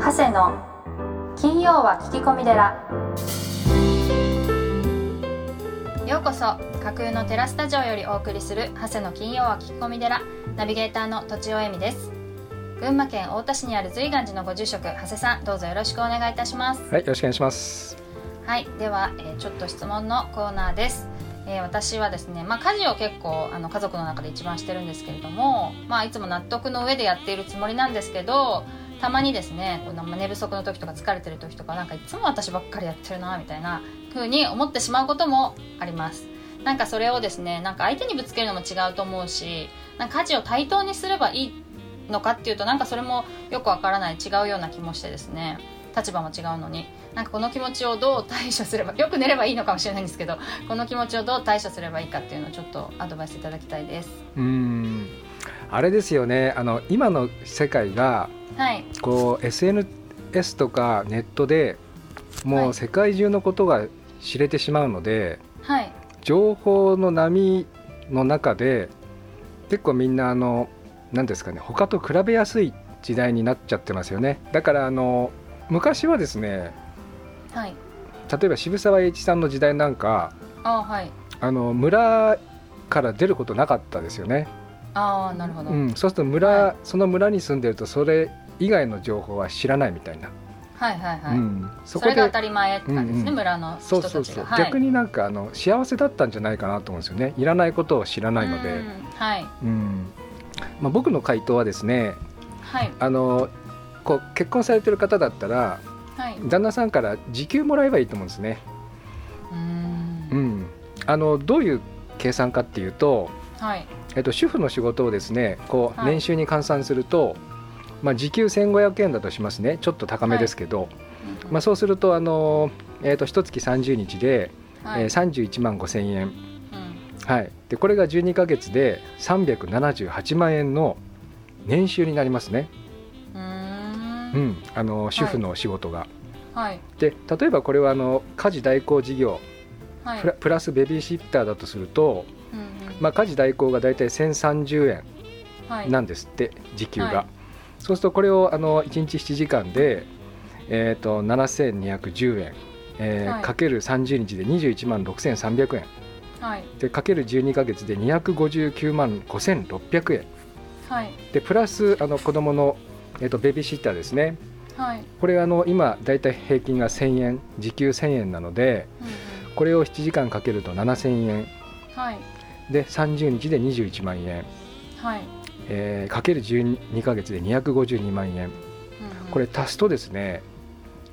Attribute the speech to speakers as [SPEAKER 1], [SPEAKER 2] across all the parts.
[SPEAKER 1] 長谷の金曜は聞き込み寺ようこそ架空の寺スタジオよりお送りする長谷の金曜は聞き込み寺ナビゲーターの土地尾恵美です群馬県太田市にある瑞岩寺のご住職長谷さんどうぞよろしくお願いいたします
[SPEAKER 2] はい、よろしくお願いします。
[SPEAKER 1] はい、では、えーちょっと質問のコーナーです。えー私はですね、まあ、家事を結構あの家族の中で一番してるんですけれども、まあ、いつも納得の上でやっているつもりなんですけどたまにですねこのまあ寝不足の時とか疲れてる時とかなんかいつも私ばっかりやってるなみたいな風に思ってしまうこともあります。なんかそれをですねなんか相手にぶつけるのも違うと思うしなんか家事を対等にすればいいのかっていうとなんかそれもよくわからない違うような気もしてですね立場も違うのになんかこの気持ちをどう対処すればよ く寝ればいいのかもしれないんですけどこの気持ちをどう対処すればいいかっていうのをちょっとアドバイスいただきたいです
[SPEAKER 2] うーん、あれですよね。あの今の世界が
[SPEAKER 1] はい
[SPEAKER 2] こう SNS とかネットで
[SPEAKER 1] は
[SPEAKER 2] も
[SPEAKER 1] いう
[SPEAKER 2] 世界中のことが知れてしまうので、
[SPEAKER 1] はい
[SPEAKER 2] 情報の波の中で結構みんなあの何ですかね、他と比べやすい時代になっちゃってますよね。だからあの昔はですね、
[SPEAKER 1] はい
[SPEAKER 2] 例えば渋沢栄一さんの時代なんか
[SPEAKER 1] あーはい
[SPEAKER 2] あの村から出ることなかったですよね。
[SPEAKER 1] ああなるほど、
[SPEAKER 2] うん、そうすると村、
[SPEAKER 1] はい
[SPEAKER 2] その村に住んでるとそれ以外の情報は知らないみたいな、
[SPEAKER 1] はいはいはい、
[SPEAKER 2] うん、そ
[SPEAKER 1] そ
[SPEAKER 2] こ
[SPEAKER 1] れが
[SPEAKER 2] で
[SPEAKER 1] 当たり前って感じですね、
[SPEAKER 2] うんうん
[SPEAKER 1] 村の人
[SPEAKER 2] そ
[SPEAKER 1] たち
[SPEAKER 2] う
[SPEAKER 1] が
[SPEAKER 2] そうそう、
[SPEAKER 1] はい、
[SPEAKER 2] 逆になんかあの幸せだったんじゃないかなと思うんですよねいらないことを知らないの
[SPEAKER 1] う
[SPEAKER 2] で、
[SPEAKER 1] んはい
[SPEAKER 2] うんまあ、僕の回答はですね
[SPEAKER 1] はい
[SPEAKER 2] あのこう結婚されてる方だったら
[SPEAKER 1] はい
[SPEAKER 2] 旦那さんから時給もらえばいいと思うんですね、
[SPEAKER 1] うー
[SPEAKER 2] うんん、あのどういう計算かっていうと、
[SPEAKER 1] はい
[SPEAKER 2] えっと、主婦の仕事をですねこう
[SPEAKER 1] はい
[SPEAKER 2] 年収に換算すると、まあ、時給1500円だとしますねちょっと高めですけど、まあ、そうすると、あのえー、と1月30日で、
[SPEAKER 1] はい
[SPEAKER 2] えー31万5000円、
[SPEAKER 1] うん
[SPEAKER 2] はい、でこれが12ヶ月で378万円の年収になりますね、
[SPEAKER 1] うー
[SPEAKER 2] うんんあの主婦の仕事が。
[SPEAKER 1] はい
[SPEAKER 2] で例えばこれはあの家事代行事業
[SPEAKER 1] はい
[SPEAKER 2] プラプラスベビーシッターだとすると、
[SPEAKER 1] うんうん
[SPEAKER 2] まあ、家事代行がだいたい1030
[SPEAKER 1] はい
[SPEAKER 2] 円なんですって、時給が、
[SPEAKER 1] はい
[SPEAKER 2] そうするとこれをあの1日7時間で、えー、と7210円、えー
[SPEAKER 1] はい
[SPEAKER 2] かける30日で21万6300円
[SPEAKER 1] はい
[SPEAKER 2] でかける12ヶ月で259万5600円
[SPEAKER 1] はい
[SPEAKER 2] でプラスあの子供のえっとベビーシッターですね
[SPEAKER 1] はい
[SPEAKER 2] これあの今だいたい平均が1000円時給1000円なので
[SPEAKER 1] うんうん
[SPEAKER 2] これを7時間かけると7000円
[SPEAKER 1] はい
[SPEAKER 2] で30日で21万円、
[SPEAKER 1] はい
[SPEAKER 2] えーかける12ヶ月で252万
[SPEAKER 1] うんう
[SPEAKER 2] 円
[SPEAKER 1] ん
[SPEAKER 2] これ足すとですね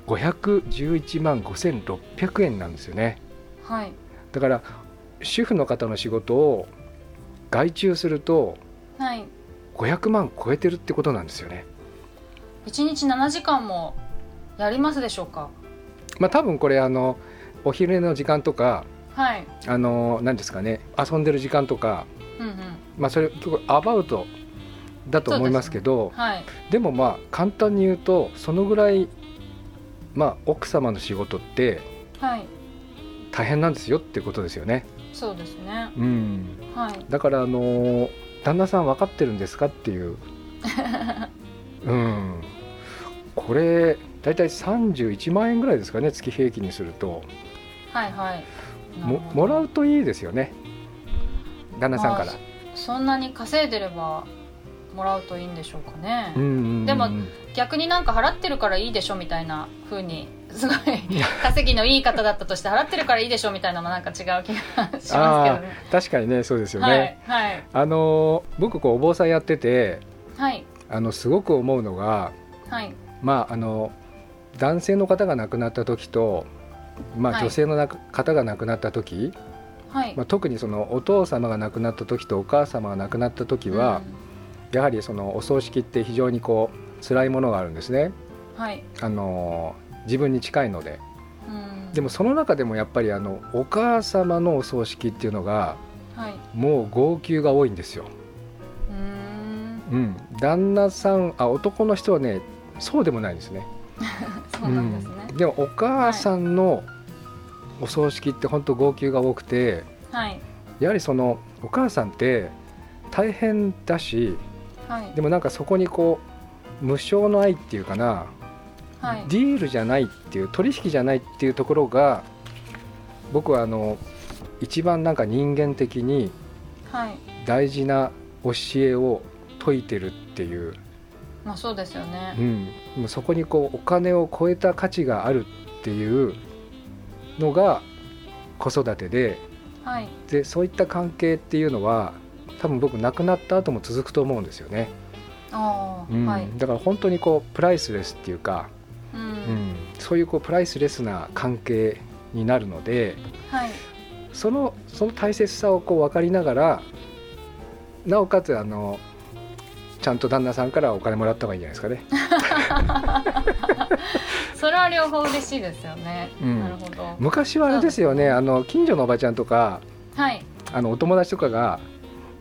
[SPEAKER 2] 511万5600円なんですよね
[SPEAKER 1] はい
[SPEAKER 2] だから主婦の方の仕事を外注すると
[SPEAKER 1] はい
[SPEAKER 2] 500万超えてるってことなんですよね。
[SPEAKER 1] 一日7時間もやりますでしょうか
[SPEAKER 2] まあ多分これあのお昼寝の時間とか
[SPEAKER 1] はい
[SPEAKER 2] あの何ですかね遊んでる時間とか
[SPEAKER 1] うんうん
[SPEAKER 2] まあそれ結構アバウトだと思いますけどで
[SPEAKER 1] はい
[SPEAKER 2] もまあ簡単に言うとそのぐらいまあ奥様の仕事って
[SPEAKER 1] はい
[SPEAKER 2] 大変なんですよってことですよね。
[SPEAKER 1] そうですね
[SPEAKER 2] うん、
[SPEAKER 1] はい
[SPEAKER 2] だからあの旦那さん分かってるんですかっていう、うん、これ大体31万円ぐらいですかね月平均にすると。
[SPEAKER 1] はいはい
[SPEAKER 2] も
[SPEAKER 1] なるほど
[SPEAKER 2] もらうといいですよね旦那さんから
[SPEAKER 1] まあ、そんなに稼いでればもらうといいんでしょうかね、
[SPEAKER 2] うんうんうん
[SPEAKER 1] でも逆になんか払ってるからいいでしょみたいな風にすごい稼ぎのいい方だったとして払ってるからいいでしょみたいなのもなんか違う気がしますけどね
[SPEAKER 2] 確かにねそうですよね、
[SPEAKER 1] はいはい
[SPEAKER 2] あのー僕こうお坊さんやってて
[SPEAKER 1] はい
[SPEAKER 2] あのすごく思うのが
[SPEAKER 1] はい
[SPEAKER 2] まああの男性の方が亡くなった時とま
[SPEAKER 1] は
[SPEAKER 2] あ、
[SPEAKER 1] い
[SPEAKER 2] 女性のな方が亡くなった時、
[SPEAKER 1] はい、
[SPEAKER 2] まあ、特にそのお父様が亡くなった時とお母様が亡くなった時は、やはりそのお葬式って非常にこう辛いものがあるんですね、
[SPEAKER 1] うんはい、
[SPEAKER 2] あのー自分に近いので
[SPEAKER 1] うん、
[SPEAKER 2] でもその中でもやっぱりあのお母様のお葬式っていうのが
[SPEAKER 1] はい、
[SPEAKER 2] もう号泣が多いんですよ、
[SPEAKER 1] うーん
[SPEAKER 2] うん、旦那さんあ男の人はねそうでもないんですね
[SPEAKER 1] そうなんですね、
[SPEAKER 2] うんでもお母さんのお葬式って本当号泣が多くて
[SPEAKER 1] はい
[SPEAKER 2] やはりそのお母さんって大変だし
[SPEAKER 1] はい
[SPEAKER 2] でもなんかそこにこう無償の愛っていうかな
[SPEAKER 1] はい
[SPEAKER 2] ディールじゃないっていう取引じゃないっていうところが僕はあの一番なんか人間的に
[SPEAKER 1] はい
[SPEAKER 2] 大事な教えを説いてるっていう、
[SPEAKER 1] まあそうですよね
[SPEAKER 2] うん、もうそこにこうお金を超えた価値があるっていうのが子育てで
[SPEAKER 1] はい
[SPEAKER 2] でそういった関係っていうのは多分僕亡くなった後も続くと思うんですよね、
[SPEAKER 1] ああ、
[SPEAKER 2] うん
[SPEAKER 1] はい
[SPEAKER 2] だから本当にこうプライスレスっていうか、
[SPEAKER 1] うん、
[SPEAKER 2] うん、そういうこうプライスレスな関係になるので
[SPEAKER 1] はい
[SPEAKER 2] そのその大切さをこう分かりながらなおかつあのちゃんと旦那さんからお金もらった方がいいんじゃないですかね。
[SPEAKER 1] それは両方嬉しいですよね、
[SPEAKER 2] うん
[SPEAKER 1] なるほど
[SPEAKER 2] 昔はあれですよねあの近所のおばちゃんとか
[SPEAKER 1] はい
[SPEAKER 2] あのお友達とかが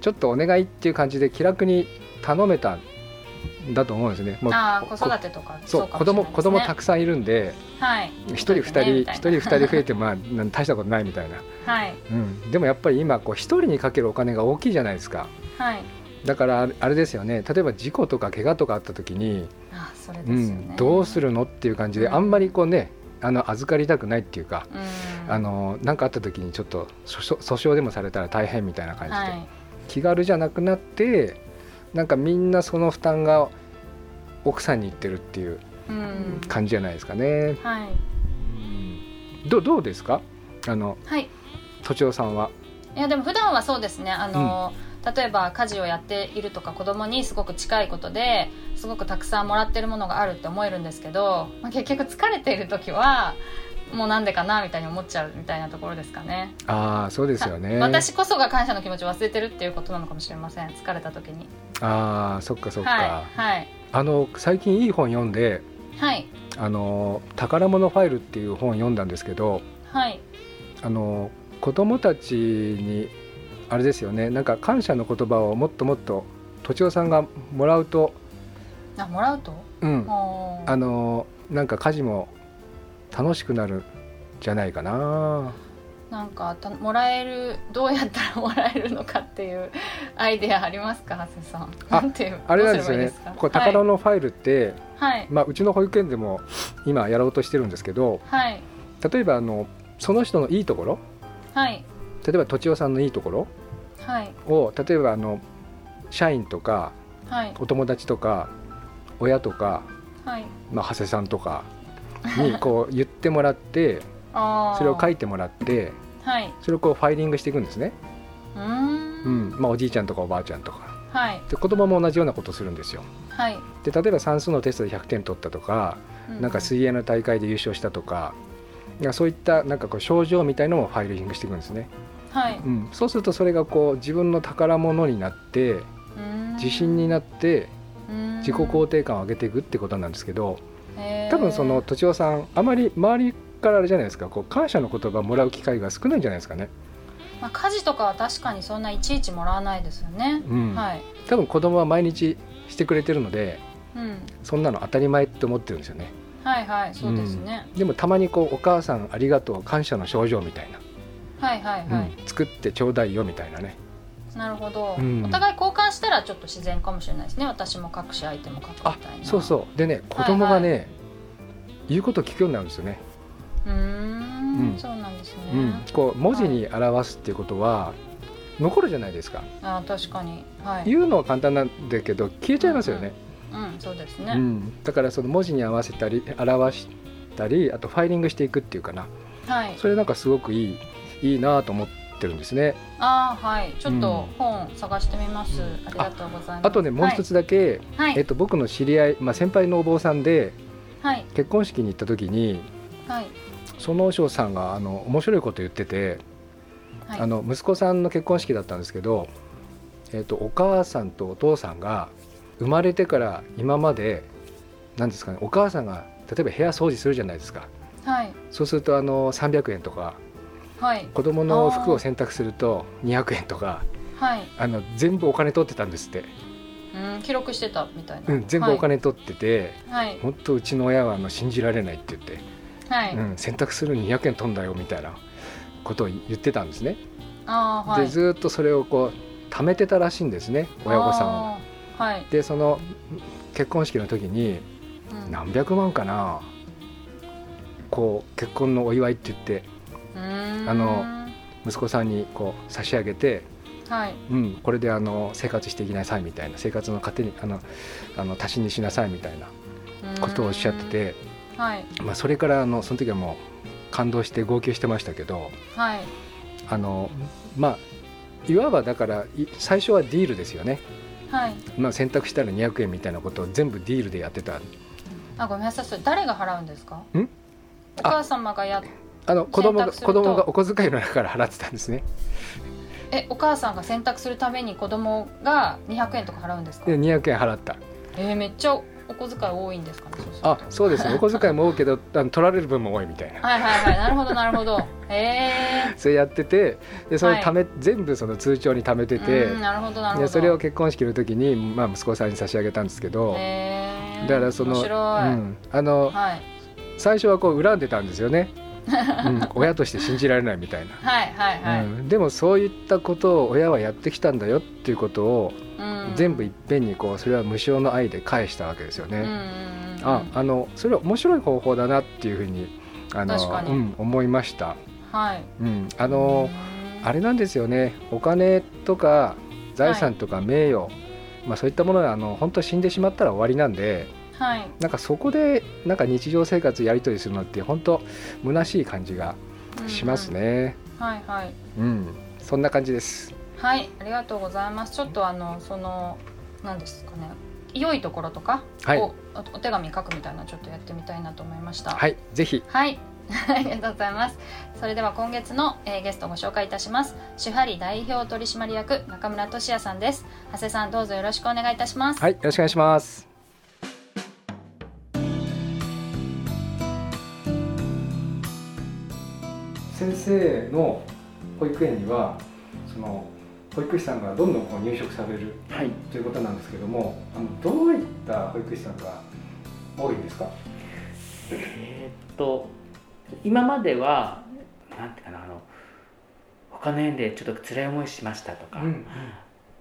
[SPEAKER 2] ちょっとお願いっていう感じで気楽に頼めたんだと思うんですね。もう
[SPEAKER 1] ああ子
[SPEAKER 2] こ
[SPEAKER 1] 育てとか
[SPEAKER 2] そう
[SPEAKER 1] か
[SPEAKER 2] 子供
[SPEAKER 1] も
[SPEAKER 2] 子
[SPEAKER 1] しれ
[SPEAKER 2] 供
[SPEAKER 1] ない
[SPEAKER 2] た
[SPEAKER 1] ですね
[SPEAKER 2] くさんいるんで
[SPEAKER 1] はい
[SPEAKER 2] 1人2人
[SPEAKER 1] み
[SPEAKER 2] 1
[SPEAKER 1] たいな
[SPEAKER 2] 人2人増えてまあなん大したことないみたいな、
[SPEAKER 1] はい
[SPEAKER 2] うん、でもやっぱり今こう1人にかけるお金が大きいじゃないですか
[SPEAKER 1] はい
[SPEAKER 2] だからあれあれですよね例えば事故とか怪我とかあった時に、
[SPEAKER 1] ああそれです
[SPEAKER 2] う
[SPEAKER 1] よね、
[SPEAKER 2] ん、どうするのっていう感じで
[SPEAKER 1] うん
[SPEAKER 2] あんまりこうねあの預かりたくないっていうか
[SPEAKER 1] うん
[SPEAKER 2] あのなんかあった時にちょっと訴訟訴訟でもされたら大変みたいな感じで、
[SPEAKER 1] はい
[SPEAKER 2] 気軽じゃなくなってなんかみんなその負担が奥さんにいってるっていう
[SPEAKER 1] うん
[SPEAKER 2] 感じじゃないですかね。
[SPEAKER 1] はい
[SPEAKER 2] どどうですかあの
[SPEAKER 1] はい
[SPEAKER 2] 都庁さんは。
[SPEAKER 1] いやでも普段はそうですねあの、例えば家事をやっているとか子供にすごく近いことですごくたくさんもらってるものがあるって思えるんですけど、まあ、結局疲れている時はもうなんでかなみたいに思っちゃうみたいなところですかね
[SPEAKER 2] ああそうですよね。
[SPEAKER 1] は私こそが感謝の気持ちを忘れてるっていうことなのかもしれません疲れた時に
[SPEAKER 2] ああそっかそっか。
[SPEAKER 1] はいはい
[SPEAKER 2] あの最近いい本読んで
[SPEAKER 1] はい
[SPEAKER 2] あの宝物ファイルっていう本読んだんですけど
[SPEAKER 1] はい
[SPEAKER 2] あの子供たちにあれですよねなんか感謝の言葉をもっともっととちおさんがもらうと、
[SPEAKER 1] あもらうと
[SPEAKER 2] うん、
[SPEAKER 1] もう
[SPEAKER 2] あのなんか家事も楽しくなるんじゃないかな。
[SPEAKER 1] なんかたもらえるどうやったらもらえるのかっていうアイデアありますか長谷さん
[SPEAKER 2] あ
[SPEAKER 1] なんていう
[SPEAKER 2] あれなんです
[SPEAKER 1] ど
[SPEAKER 2] よ
[SPEAKER 1] うればいい
[SPEAKER 2] ね
[SPEAKER 1] か。
[SPEAKER 2] こう宝のファイルって、
[SPEAKER 1] はい
[SPEAKER 2] まあうちの保育園でも今やろうとしてるんですけど、
[SPEAKER 1] はい
[SPEAKER 2] 例えばあのその人のいいところ、
[SPEAKER 1] はい
[SPEAKER 2] 例えばとちおさんのいいところ
[SPEAKER 1] はい
[SPEAKER 2] を例えばあの社員とか
[SPEAKER 1] はい
[SPEAKER 2] お友達とか親とか、
[SPEAKER 1] はい
[SPEAKER 2] まあ、長谷さんとかにこ う言ってもらって
[SPEAKER 1] あー
[SPEAKER 2] それを書いてもらって
[SPEAKER 1] はいう
[SPEAKER 2] それをこうファイリングしていくんですね、
[SPEAKER 1] ーん
[SPEAKER 2] うんまあ、おじいちゃんとかおばあちゃんとか
[SPEAKER 1] はい
[SPEAKER 2] で子供も同じようなことするんですよ
[SPEAKER 1] はい、
[SPEAKER 2] で例えば算数のテストで100点取ったとか
[SPEAKER 1] う
[SPEAKER 2] なんか水泳の大会で優勝したとかいやそういったなんかこう症状みたいのもファイリングしていくんですね、
[SPEAKER 1] はい
[SPEAKER 2] うん、そうするとそれがこう自分の宝物になって自信になって自己肯定感を上げていくってことなんですけど、多分そのとちおさんあまり周りからあれじゃないですかこう感謝の言葉もらう機会が少ないんじゃないですかね、
[SPEAKER 1] まあ、家事とかは確かにそんないちいちもらわないですよね、
[SPEAKER 2] うん
[SPEAKER 1] はい、
[SPEAKER 2] 多分子供は毎日してくれてるので
[SPEAKER 1] うん、
[SPEAKER 2] そんなの当たり前って思ってるんですよね
[SPEAKER 1] はいはいそうですね、
[SPEAKER 2] でもたまにこうお母さんありがとう感謝の症状みたいな、
[SPEAKER 1] はいはいはい、
[SPEAKER 2] うん作ってちょうだいよみたいなね
[SPEAKER 1] なるほど、
[SPEAKER 2] うん
[SPEAKER 1] お互い交換したらちょっと自然かもしれないですね私も書くし相手も書くみ
[SPEAKER 2] あ
[SPEAKER 1] たいな
[SPEAKER 2] そうそうでね子供がね、言うこと聞くようになるんですよね、
[SPEAKER 1] ううーん、
[SPEAKER 2] うん
[SPEAKER 1] そうなんですね、
[SPEAKER 2] うん、こう文字に表すっていうことは残るじゃないですか
[SPEAKER 1] あー確かにはい
[SPEAKER 2] 言うのは簡単なんだけど消えちゃいますよね、
[SPEAKER 1] うんそうですね、
[SPEAKER 2] うん、だからその文字に合わせたり表したりあとファイリングしていくっていうかな
[SPEAKER 1] はい
[SPEAKER 2] それなんかすごくいいいいなと思ってるんですね
[SPEAKER 1] あーはいちょっと
[SPEAKER 2] うん
[SPEAKER 1] 本探してみます、ありがとうございます
[SPEAKER 2] あとねもう一つだけ、
[SPEAKER 1] はいは
[SPEAKER 2] えっ
[SPEAKER 1] い
[SPEAKER 2] と、僕の知り合い、まあ、先輩のお坊さんで
[SPEAKER 1] はい
[SPEAKER 2] 結婚式に行った時に
[SPEAKER 1] はい
[SPEAKER 2] その和尚さんがあの面白いこと言ってて、
[SPEAKER 1] はい
[SPEAKER 2] あの息子さんの結婚式だったんですけど、えっと、お母さんとお父さんが生まれてから今までなんですかねお母さんが例えば部屋掃除するじゃないですか
[SPEAKER 1] はい
[SPEAKER 2] そうするとあの300円とか
[SPEAKER 1] はい
[SPEAKER 2] 子供の服を洗濯すると200円とか
[SPEAKER 1] はい
[SPEAKER 2] あの全部お金取ってたんですって、
[SPEAKER 1] うん記録してたみたいな、
[SPEAKER 2] うん、全部お金取ってて、
[SPEAKER 1] はい
[SPEAKER 2] 本当うちの親はあの信じられないって言って、
[SPEAKER 1] はい、
[SPEAKER 2] うん、洗濯するのに200円取んだよみたいなことを言ってたんですね、
[SPEAKER 1] あーはい
[SPEAKER 2] でずーっとそれをこう貯めてたらしいんですね親御さんは
[SPEAKER 1] あーはい、
[SPEAKER 2] でその結婚式の時に
[SPEAKER 1] うん
[SPEAKER 2] 何百万かなこう結婚のお祝いって言って
[SPEAKER 1] あ
[SPEAKER 2] あの息子さんにこう差し上げて、
[SPEAKER 1] はい
[SPEAKER 2] うん、これであの生活していきなさいみたいな生活の糧にあのあの足しにしなさいみたいなことをおっしゃってて、
[SPEAKER 1] はい
[SPEAKER 2] まあ、それからあのその時はもう感動して号泣してましたけど
[SPEAKER 1] はい
[SPEAKER 2] あのまあいわばだからい最初はディールですよね、
[SPEAKER 1] はい
[SPEAKER 2] まあ、選択したら200円みたいなことを全部ディールでやってた
[SPEAKER 1] あごめんなさいそれ誰が払うんですか
[SPEAKER 2] ん
[SPEAKER 1] お母様がや
[SPEAKER 2] あの子供
[SPEAKER 1] 選
[SPEAKER 2] が
[SPEAKER 1] 択する
[SPEAKER 2] 子
[SPEAKER 1] と
[SPEAKER 2] 供がお小遣いの中から払ってたんですね
[SPEAKER 1] えお母さんが洗濯するために子供が200円とか払うんですか
[SPEAKER 2] で200円払った
[SPEAKER 1] えーめっちゃお小遣い多いんですかねそうすると
[SPEAKER 2] あそうですねお小遣いも多いけどあの取られる分も多いみたいな
[SPEAKER 1] はいはいはいなるほどなるほどえ
[SPEAKER 2] それやっててでそ
[SPEAKER 1] は
[SPEAKER 2] れ
[SPEAKER 1] い
[SPEAKER 2] ため、全部その通帳に貯めて
[SPEAKER 1] ー、
[SPEAKER 2] て、
[SPEAKER 1] うんなるほどなるほ
[SPEAKER 2] で
[SPEAKER 1] ど
[SPEAKER 2] それを結婚式の時に、まあ、息子さんに差し上げたんですけど、
[SPEAKER 1] えー、
[SPEAKER 2] だからその,、
[SPEAKER 1] 面白い、
[SPEAKER 2] うん、あの
[SPEAKER 1] はい
[SPEAKER 2] 最初はこう恨んでたんです よね、うん、親として信じられないみたいな、
[SPEAKER 1] はいはいはい、
[SPEAKER 2] うん、でもそういったことを親はやってきたんだよっていうことを
[SPEAKER 1] うん
[SPEAKER 2] 全部いっぺんにこうそれは無償の愛で返したわけですよ
[SPEAKER 1] うんうん
[SPEAKER 2] ね。
[SPEAKER 1] うん
[SPEAKER 2] ああのそれは面白い方法だなっていうふうにあの
[SPEAKER 1] 確かに
[SPEAKER 2] うん、思いました。
[SPEAKER 1] はい
[SPEAKER 2] うん、あの、あ
[SPEAKER 1] れ
[SPEAKER 2] れなんですよねお金とか財産とか名誉、まあ、そういったものがあの本当死んでしまったら終わりなんで
[SPEAKER 1] はい
[SPEAKER 2] なんかそこでなんか日常生活やり取りするのって本当虚しい感じがします、ね。
[SPEAKER 1] うんうんはいはい
[SPEAKER 2] うん、そんな感じです。
[SPEAKER 1] はいありがとうございますちょっとあのその何ですかね良いところとかを、
[SPEAKER 2] はい
[SPEAKER 1] おお手紙書くみたいなのちょっとやってみたいなと思いました
[SPEAKER 2] はい、ぜひ
[SPEAKER 1] はい。 ありがとうございます。それでは今月の、えーゲストをご紹介いたします。主張代表取締役中村俊也さんです。長谷さんどうぞよろしくお願いいたします。
[SPEAKER 2] はい、よろしくお願いします。先生の保育園にはその保育士さんがどんどんこう入職される
[SPEAKER 3] はい、
[SPEAKER 2] ということなんですけども、あのどういった保育士さんが多いんですか。
[SPEAKER 3] えーっと今まではなんていうかなあの他の園でちょっと辛い思いしましたとか、っ、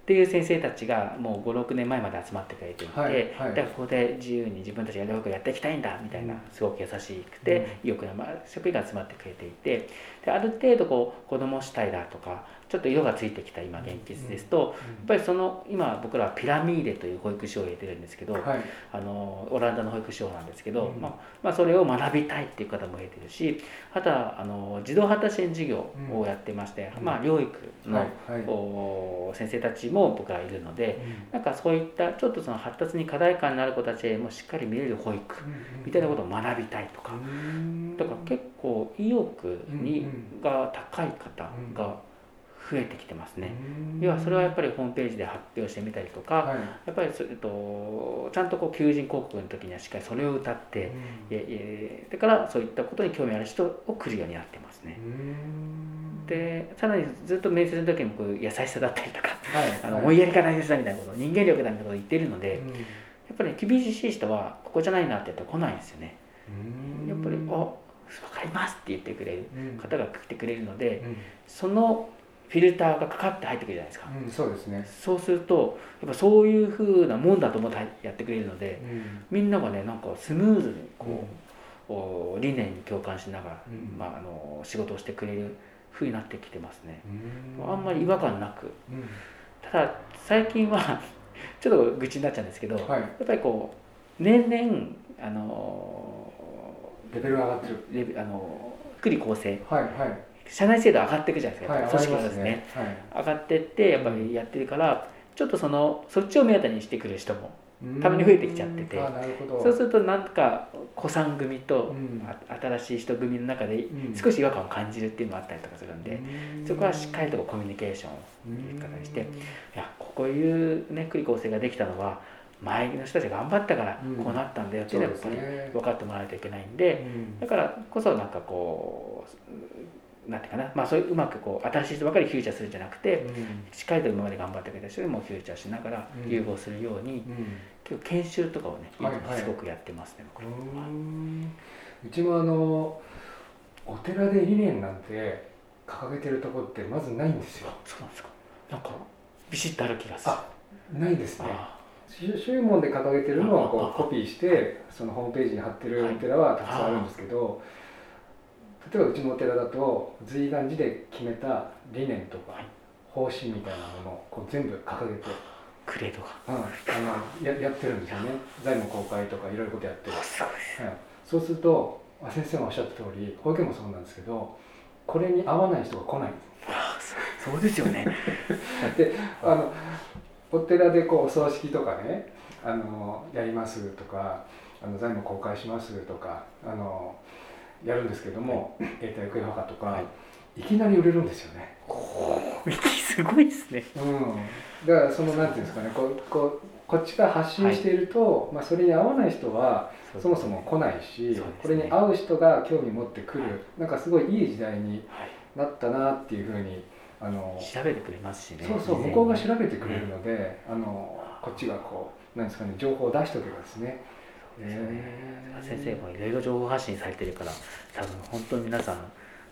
[SPEAKER 3] ていう先生たちがもう56年前まで集まってくれていて、
[SPEAKER 2] はいはい
[SPEAKER 3] だからここで自由に自分たちがよくやっていきたいんだみたいな
[SPEAKER 2] うん
[SPEAKER 3] すごく優しくて、意欲なまあ職員が集まってくれていてである程度こう子供主体だとかちょっと色がついてきた今現実ですと、やっぱりその今僕らはピラミーデという保育士を入れてるんですけど、
[SPEAKER 2] はい、
[SPEAKER 3] あのオランダの保育士なんですけど、
[SPEAKER 2] うん
[SPEAKER 3] まあまあ、それを学びたいっていう方も増えてるしあとはあの児童発達支援事業をやってまして、
[SPEAKER 2] うん
[SPEAKER 3] まあ、療育の、
[SPEAKER 2] はい、はい、
[SPEAKER 3] お先生たちも僕らいるのでなんかそういったちょっとその発達に課題感のある子たちへもしっかり見れる保育みたいなことを学びたいとか、だから結構意欲に、が高い方が増えてきてますね。要はそれはやっぱりホームページで発表してみたりとか、
[SPEAKER 2] はい、
[SPEAKER 3] やっぱりそれとちゃんとこう求人広告の時にはしっかりそれを歌って、ええだからそういったことに興味ある人を来るようになってますね。でさらにずっと面接の時もこう優しさだったりとか
[SPEAKER 2] はい、
[SPEAKER 3] あの思いやりが大切だみたいなこと人間力だみたいなことを言っているので、
[SPEAKER 2] う
[SPEAKER 3] や
[SPEAKER 2] ん
[SPEAKER 3] っぱり厳しい人はここじゃないなってやったら来ないんですよね。やっぱり「あ
[SPEAKER 2] お
[SPEAKER 3] 分かります」って言ってくれる
[SPEAKER 2] うん
[SPEAKER 3] 方が来てくれるので
[SPEAKER 2] うん
[SPEAKER 3] そのフィルターがかかって入ってくるじゃないですか。
[SPEAKER 2] うん、そうですね。
[SPEAKER 3] そうするとやっぱそういう風なもんだと思ってやってくれるので。
[SPEAKER 2] うん
[SPEAKER 3] みんながねなんかスムーズにこう、お理念に共感しながら、
[SPEAKER 2] うん
[SPEAKER 3] まあ、あの仕事をしてくれる風になってきてますね、
[SPEAKER 2] うん
[SPEAKER 3] あんまり違和感なく
[SPEAKER 2] うん
[SPEAKER 3] ただ最近は ちょっと愚痴になっちゃうんですけど、や
[SPEAKER 2] はい、
[SPEAKER 3] っぱりこう年々あの
[SPEAKER 2] レベルが上がってる。
[SPEAKER 3] レベあの福利厚生
[SPEAKER 2] はいはい
[SPEAKER 3] 社内制度上がっていくじゃないですか、
[SPEAKER 2] はい、
[SPEAKER 3] やっ
[SPEAKER 2] 上
[SPEAKER 3] ぱ
[SPEAKER 2] が
[SPEAKER 3] り
[SPEAKER 2] り
[SPEAKER 3] 組織
[SPEAKER 2] ま
[SPEAKER 3] が
[SPEAKER 2] す
[SPEAKER 3] ですね
[SPEAKER 2] ね。はい。
[SPEAKER 3] 上がってってやっぱりやってるから、ちょっとそのそっちを目当てにしてくる人もたまに増えてきちゃってて
[SPEAKER 2] うんあ、なるほど。
[SPEAKER 3] そうするとなんか子さん組と
[SPEAKER 2] うん
[SPEAKER 3] あ新しい人組の中で
[SPEAKER 2] うん
[SPEAKER 3] 少し違和感を感じるっていうのもあったりとかするんで、
[SPEAKER 2] うん
[SPEAKER 3] そこはしっかりとコミュニケーションをい方にしていやこういうね繰り構成ができたのは前の人たちが頑張ったから
[SPEAKER 2] うん
[SPEAKER 3] こうなったんだよっ
[SPEAKER 2] そ
[SPEAKER 3] ていう
[SPEAKER 2] う
[SPEAKER 3] のは
[SPEAKER 2] で
[SPEAKER 3] やっ
[SPEAKER 2] す
[SPEAKER 3] ぱり
[SPEAKER 2] ね。
[SPEAKER 3] 分かってもらわないといけないんでだからこそなんかこうなんていうかなまあそういううまくこう新しい人ばかりフューチャーするんじゃなくてしっかりと今まで頑張ってくれた人にもフューチャーしながら
[SPEAKER 2] うん
[SPEAKER 3] 融合するように結構研修とかをね
[SPEAKER 2] はいはい
[SPEAKER 3] すごくやってますね僕らは
[SPEAKER 2] うちもあのお寺で理念なんて掲げてるとこってまずないんですよ
[SPEAKER 3] あ。そうなんですかなんかビシッとある気がする
[SPEAKER 2] あ、ないですね。
[SPEAKER 3] あ
[SPEAKER 2] 宗門で掲げてるのをこうコピーしてそのホームページに貼ってるお寺はたくさんあるんですけど例えばうちのお寺だと随願寺で決めた理念とか方針みたいなものをこう全部掲げて、
[SPEAKER 3] クレードが
[SPEAKER 2] うん、あのややってるんですよね財務公開とかいろいろことやってる、
[SPEAKER 3] そうです
[SPEAKER 2] はい、そうするとあ先生もおっしゃった通り保育園もそうなんですけどこれに合わない人が来ないんです
[SPEAKER 3] あそそうですよね
[SPEAKER 2] であのお寺でこうお葬式とかねあのやりますとかあの財務公開しますとかあのやるんですけども永代行方墓とか、、
[SPEAKER 3] はい
[SPEAKER 2] きなり売れるんですよね、
[SPEAKER 3] おおすごいですね
[SPEAKER 2] うん、だからそのなんていうんですかねこうこうこっちが発信していると、まあ、それに合わない人はそもそも来ないし、
[SPEAKER 3] そうですね
[SPEAKER 2] これに合う人が興味持ってくる、なんかすごいいい時代に
[SPEAKER 3] はい
[SPEAKER 2] なったなっていうふうにあの
[SPEAKER 3] 調べてくれますしね
[SPEAKER 2] そうそう
[SPEAKER 3] 事前
[SPEAKER 2] 向
[SPEAKER 3] に
[SPEAKER 2] こうが調べてくれるので、あのこっちがこうなんですかね情報を出しておけばですね。
[SPEAKER 3] そうですよね
[SPEAKER 2] へー
[SPEAKER 3] 先生もいろいろ情報発信されてるから多分本当に皆さん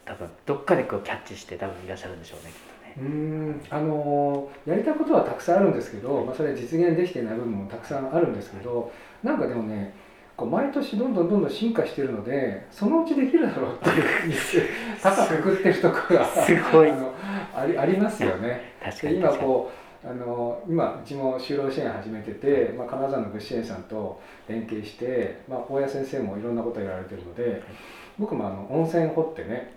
[SPEAKER 3] 多分どっかでこうキャッチして多分いらっしゃるんでしょうねきっとね
[SPEAKER 2] うーんあのやりたいことはたくさんあるんですけど、まあ、それは実現できていない部分もたくさんあるんですけどなんかでもねこう毎年どんどんどんどん進化してるのでそのうちできるだろうっていう 高くくってるとこが
[SPEAKER 3] すごい
[SPEAKER 2] あのありありますよね。
[SPEAKER 3] 確か
[SPEAKER 2] で
[SPEAKER 3] に
[SPEAKER 2] 今
[SPEAKER 3] 確かに
[SPEAKER 2] こうあの今うちも就労支援始めてて、まあ、金沢の物資園さんと連携して、まあ、大谷先生もいろんなことやられてるので僕もあの温泉掘ってね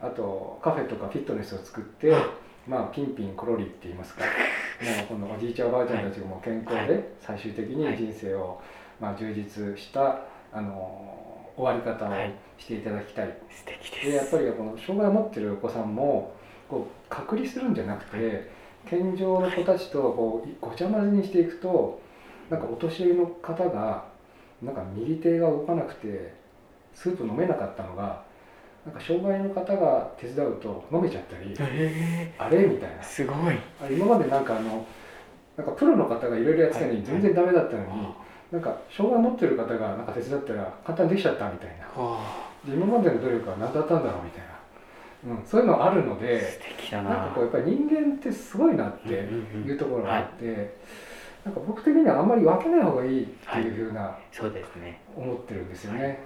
[SPEAKER 2] あとカフェとかフィットネスを作って、まあ、ピンピンコロリって言います かもうこのおじいちゃんおばあちゃんたちがもう健康
[SPEAKER 3] は
[SPEAKER 2] で最終的に人生を、まあ、充実したあの終わり方を
[SPEAKER 3] はい
[SPEAKER 2] していただきたい
[SPEAKER 3] 素敵です
[SPEAKER 2] でやっぱりこの障害を持ってるお子さんもこう隔離するんじゃなくて健常の子たちとこういごちゃ混ぜにしていくとなんかお年寄りの方がなんか右手が動かなくてスープ飲めなかったのがなんか障害の方が手伝うと飲めちゃったり
[SPEAKER 3] え
[SPEAKER 2] あれみたいな
[SPEAKER 3] ーすごい
[SPEAKER 2] あ今までなんかあのなんかプロの方がいろいろやってたの
[SPEAKER 3] は
[SPEAKER 2] に
[SPEAKER 3] い
[SPEAKER 2] 全然ダメだったのに
[SPEAKER 3] あ
[SPEAKER 2] なんか障害を持ってる方がなんか手伝ったら簡単にできちゃったみたいな。
[SPEAKER 3] あ
[SPEAKER 2] で今までの努力は何だったんだろうみたいな、うん、そういうのあるので
[SPEAKER 3] 素敵
[SPEAKER 2] な
[SPEAKER 3] だ
[SPEAKER 2] ん
[SPEAKER 3] な
[SPEAKER 2] かこうやっぱり人間ってすごいなって
[SPEAKER 3] うんうんうん
[SPEAKER 2] いうところがあって、なんか僕的にはあんまり分けない方がいいっていうふうな
[SPEAKER 3] そうですね
[SPEAKER 2] 思ってるんですよね、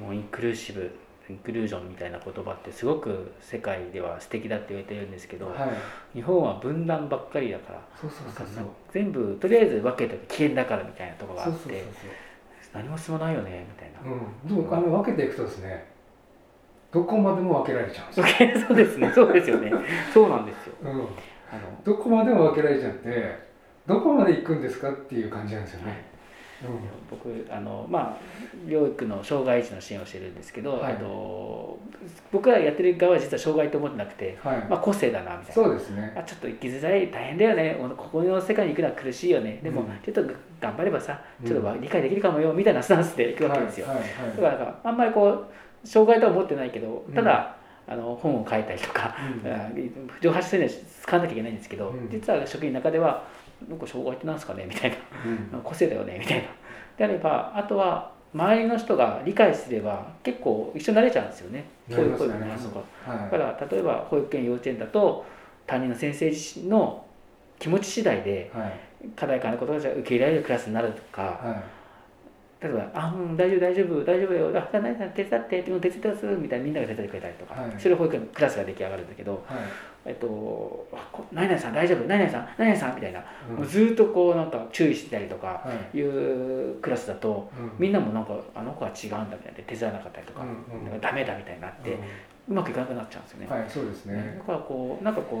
[SPEAKER 3] もうインクルーシブインクルージョンみたいな言葉ってすごく世界では素敵だって言われてるんですけ
[SPEAKER 2] う
[SPEAKER 3] ど、
[SPEAKER 2] んはい
[SPEAKER 3] 日本は分断ばっかりだから
[SPEAKER 2] そうそうそうそう
[SPEAKER 3] 全部とりあえず分けて危険だからみたいなところがあ
[SPEAKER 2] そう
[SPEAKER 3] っ
[SPEAKER 2] そうそう
[SPEAKER 3] て何も進まないよねみたいな、
[SPEAKER 2] そう、うん、でもあの分けていくとですねどこまでも分けられちゃうんですよ、
[SPEAKER 3] そうですねそうですよ ねそうなんですよ
[SPEAKER 2] うん、
[SPEAKER 3] あの
[SPEAKER 2] どこまでも分けられちゃってどこまで行くんですかっていう感じなんですよね、う
[SPEAKER 3] 僕あのまあ療育の障害児の支援をしてるんですけど、
[SPEAKER 2] はい
[SPEAKER 3] あの僕らやってる側は実は障害と思ってなくて、
[SPEAKER 2] んはい、
[SPEAKER 3] まあ、個性だなみたいな
[SPEAKER 2] そうですね
[SPEAKER 3] あちょっと生きづらい大変だよねこのここの世界に行くのは苦しいよねでも
[SPEAKER 2] うん
[SPEAKER 3] ちょっと頑張ればさ、
[SPEAKER 2] うん
[SPEAKER 3] ちょっと理解できるかもよみたいなスタンスで行くわけですよ、
[SPEAKER 2] はいはいはい
[SPEAKER 3] だからなんかあんまりこう障害とは思ってないけど
[SPEAKER 2] うん
[SPEAKER 3] ただ、あの本を書いたりとか、 あ上発するには使わなきゃいけないんですけど、
[SPEAKER 2] うん
[SPEAKER 3] 実は職員の中では「なんか障害ってなんですかね?」みたいな
[SPEAKER 2] うん
[SPEAKER 3] 「個性だよね?」みたいなであればあとは周りの人が理解すれば結構一緒になれちゃうんですよね
[SPEAKER 2] なります
[SPEAKER 3] こういうこういうの
[SPEAKER 2] なります
[SPEAKER 3] とかだか
[SPEAKER 2] は
[SPEAKER 3] ら例えば保育園幼稚園だと担任の先生自身の気持ち次第で
[SPEAKER 2] いはい
[SPEAKER 3] 課題感のことが受け入れられるクラスになるとか
[SPEAKER 2] は
[SPEAKER 3] 例えば「あうん大丈夫大丈夫大丈夫よあじゃあ何々手伝ってうん手伝うする」みたいなみんなが手伝ってくれたりとか、
[SPEAKER 2] はい
[SPEAKER 3] それを保育園のクラスが出来上がるんだけど
[SPEAKER 2] いはい
[SPEAKER 3] 「えっと、あこ何々さん大丈夫何々さん何々さん」みたいな、
[SPEAKER 2] うん
[SPEAKER 3] もうずーっとこうなんか注意してたりとか
[SPEAKER 2] はい
[SPEAKER 3] いうクラスだと
[SPEAKER 2] うん
[SPEAKER 3] みんなもなんか「あの子は違うんだ」みたいな手伝わなかったりとか
[SPEAKER 2] うんう
[SPEAKER 3] 「
[SPEAKER 2] ん
[SPEAKER 3] なんかダメだ」みたいになって、うまくいかなくなっちゃうんですよね。
[SPEAKER 2] うんはいそうです
[SPEAKER 3] だ
[SPEAKER 2] ね
[SPEAKER 3] からこうなんかこ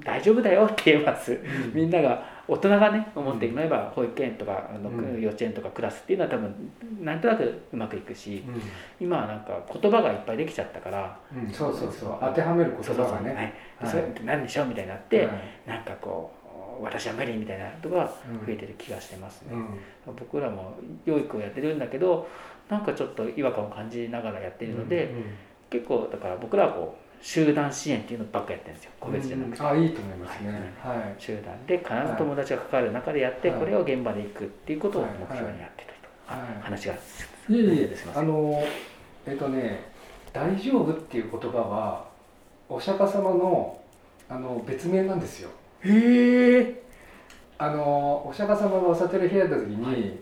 [SPEAKER 3] う大丈夫だよって言います
[SPEAKER 2] うん
[SPEAKER 3] みんなが大人がね思ってもらえば保育園とかあの
[SPEAKER 2] うん
[SPEAKER 3] 幼稚園とかクラスっていうのは多分なんとなくうまくいくし
[SPEAKER 2] うん
[SPEAKER 3] 今はなんか言葉がいっぱいできちゃったから
[SPEAKER 2] うんそうそうそう当てはめる言葉が
[SPEAKER 3] そうそうそうは
[SPEAKER 2] ね
[SPEAKER 3] いでそれって何でしょうみたいになってなんかこう私は無理みたいなとこが増えてる気がしてますね僕らも養育をやってるんだけどなんかちょっと違和感を感じながらやって
[SPEAKER 2] い
[SPEAKER 3] るので結構だから僕らはこう集団支援っていうのばっかやってるんですよ個別じゃなくて。
[SPEAKER 2] あいいと思いますねはい
[SPEAKER 3] 集団で必ず友達が関わる中でやって、
[SPEAKER 2] はい
[SPEAKER 3] これを現場で行くっていうことを
[SPEAKER 2] はい
[SPEAKER 3] 目標にやってたりとか、
[SPEAKER 2] はい
[SPEAKER 3] あ話が
[SPEAKER 2] いえいえ
[SPEAKER 3] すいませ
[SPEAKER 2] あ
[SPEAKER 3] ん
[SPEAKER 2] のえっとね「大丈夫」っていう言葉はお釈迦様のあの別名なんですよ
[SPEAKER 3] へえ
[SPEAKER 2] あのお釈迦様がお里で開いた時に、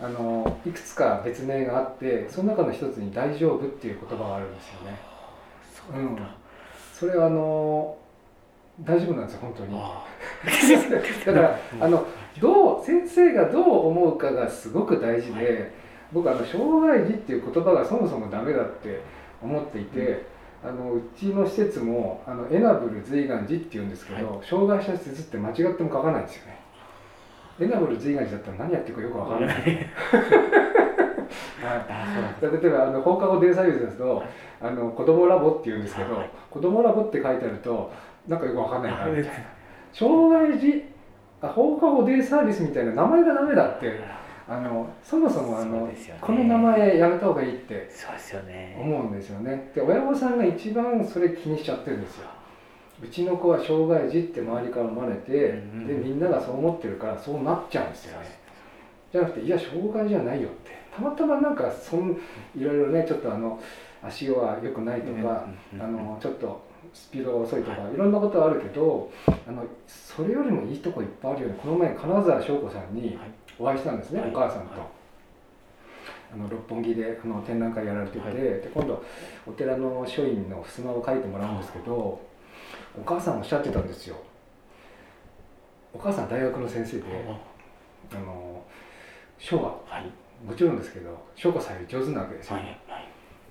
[SPEAKER 2] あのいくつか別名があってその中の一つに「大丈夫」っていう言葉があるんですよね。
[SPEAKER 3] そうなんだ、
[SPEAKER 2] それはあの大丈夫なんですよ本当に。
[SPEAKER 3] あ
[SPEAKER 2] だから
[SPEAKER 3] うん
[SPEAKER 2] あのどう先生がどう思うかがすごく大事で、
[SPEAKER 3] は
[SPEAKER 2] 僕あの障害児っていう言葉がそもそもダメだって思っていて、あのうちの施設もあのエナブル随願寺っていうんですけど、障害者施設って間違っても書かないんですよね。エナブル随願寺だったら何やってるかよくわかんない。はい
[SPEAKER 3] あそうなんだ
[SPEAKER 2] 例えばあの放課後デイサービスですと
[SPEAKER 3] はい
[SPEAKER 2] 「あの子供ラボ」って言うんですけど
[SPEAKER 3] はい
[SPEAKER 2] 「子供ラボ」って書いてあるとなんかよくわかんないな みたいな障害児あ放課後デイサービスみたいな名前がダメだってあのそもそもあ
[SPEAKER 3] そ
[SPEAKER 2] の
[SPEAKER 3] うですよね
[SPEAKER 2] この名前やめた方がいいって
[SPEAKER 3] そうですよね
[SPEAKER 2] 思うんですよねで親御さんが一番それ気にしちゃってるんですようちの子は障害児って周りから生まれて
[SPEAKER 3] うんうん
[SPEAKER 2] でみんながそう思ってるからそうなっちゃうんですよねじゃなくていや障害じゃないよってたまたまなんかそんいろいろねちょっとあの足は良くないとか、
[SPEAKER 3] うん
[SPEAKER 2] あのちょっとスピードが遅いとか、い、ろんなことはあるけどあのそれよりもいいとこいっぱいあるよねこの前金沢翔子さんに
[SPEAKER 3] はい
[SPEAKER 2] お会いしたんですね、
[SPEAKER 3] はい
[SPEAKER 2] お母さんと、
[SPEAKER 3] はい
[SPEAKER 2] あの六本木であの展覧会やられてて、
[SPEAKER 3] はい
[SPEAKER 2] で今度お寺の書院の襖を書いてもらうんですけど、お母さんおっしゃってたんですよお母さん大学の先生で、あの書は
[SPEAKER 3] はい
[SPEAKER 2] もちろんですけど翔子さんより上手なわけですよ、
[SPEAKER 3] はいはい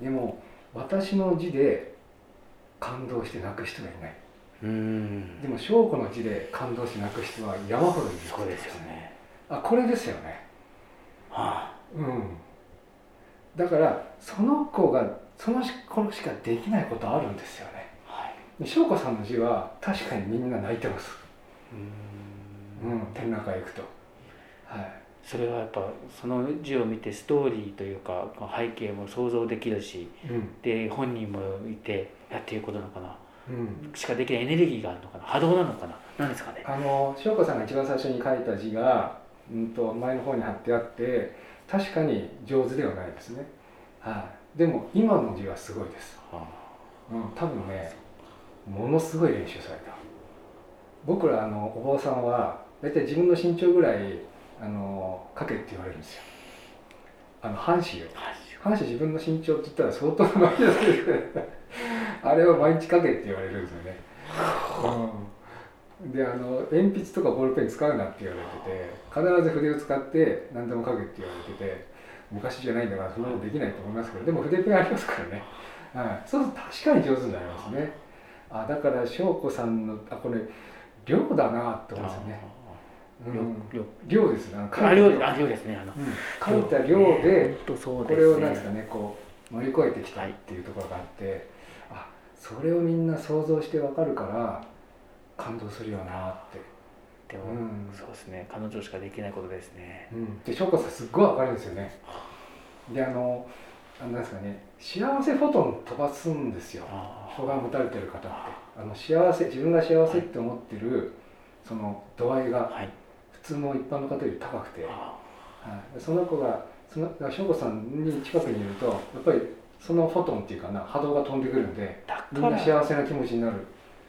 [SPEAKER 2] でも私の字で感動して泣く人がいないう
[SPEAKER 3] ーん
[SPEAKER 2] でも翔子の字で感動して泣く人は山ほどいる
[SPEAKER 3] そうですよね
[SPEAKER 2] あこれですよね
[SPEAKER 3] は
[SPEAKER 2] うんだからその子がその子しかできないことあるんですよね
[SPEAKER 3] あはい
[SPEAKER 2] で翔子さんの字は確かにみんな泣いてます
[SPEAKER 3] う
[SPEAKER 2] う
[SPEAKER 3] ーん
[SPEAKER 2] ん展覧会行くとはい
[SPEAKER 3] それはやっぱその字を見てストーリーというか背景も想像できるし
[SPEAKER 2] うん
[SPEAKER 3] で本人もいてやっていうことなのかな
[SPEAKER 2] うん
[SPEAKER 3] しかできないエネルギーがあるのかな波動なのかな何ですかね
[SPEAKER 2] あの翔子さんが一番最初に書いた字が、うん、と前の方に貼ってあって確かに上手ではないですねはいでも今の字はすごいですうん、多分ねものすごい練習された僕らあのお坊さんは大体自分の身長ぐらいあの書けって言われるんですよあの半紙を
[SPEAKER 3] はい
[SPEAKER 2] 半紙自分の身長って言ったら相当な毎日ですけどあれを毎日書けって言われるんですよね、うん、であの鉛筆とかボールペン使うなって言われてて必ず筆を使って何でも書けって言われてて昔じゃないんだからそんなことできないと思いますけどでも筆ペンありますからね、はい、そうすると確かに上手になりますねあだから翔子さんのあこれ量だなって思うんですよね、
[SPEAKER 3] あー
[SPEAKER 2] うん、
[SPEAKER 3] りょ
[SPEAKER 2] 量ですね
[SPEAKER 3] りょあ量ですあ量ですねあの
[SPEAKER 2] うん書いた量で、
[SPEAKER 3] 本当そう
[SPEAKER 2] こ
[SPEAKER 3] ですね
[SPEAKER 2] れをなんですかねこう乗り越えてきたっていうところがあって、あそれをみんな想像してわかるから感動するよなって、
[SPEAKER 3] でも、
[SPEAKER 2] うん
[SPEAKER 3] そうですね彼女しかできないことですね
[SPEAKER 2] うん、で翔子さんすっごいわかるんですよねであのあのなんですかね幸せフォトン飛ばすんですよ
[SPEAKER 3] あー
[SPEAKER 2] 障害を持たれてる方ってあの幸せ自分が幸せって思ってる、その度合いが
[SPEAKER 3] はい
[SPEAKER 2] 普通の一般の方より高くて、
[SPEAKER 3] あ
[SPEAKER 2] はい、その子がそのだから翔子さんに近くにいるとやっぱりそのフォトンっていうかな波動が飛んでくるんで
[SPEAKER 3] ーだ
[SPEAKER 2] み
[SPEAKER 3] か
[SPEAKER 2] んな
[SPEAKER 3] ら
[SPEAKER 2] 幸せな気持ちになる、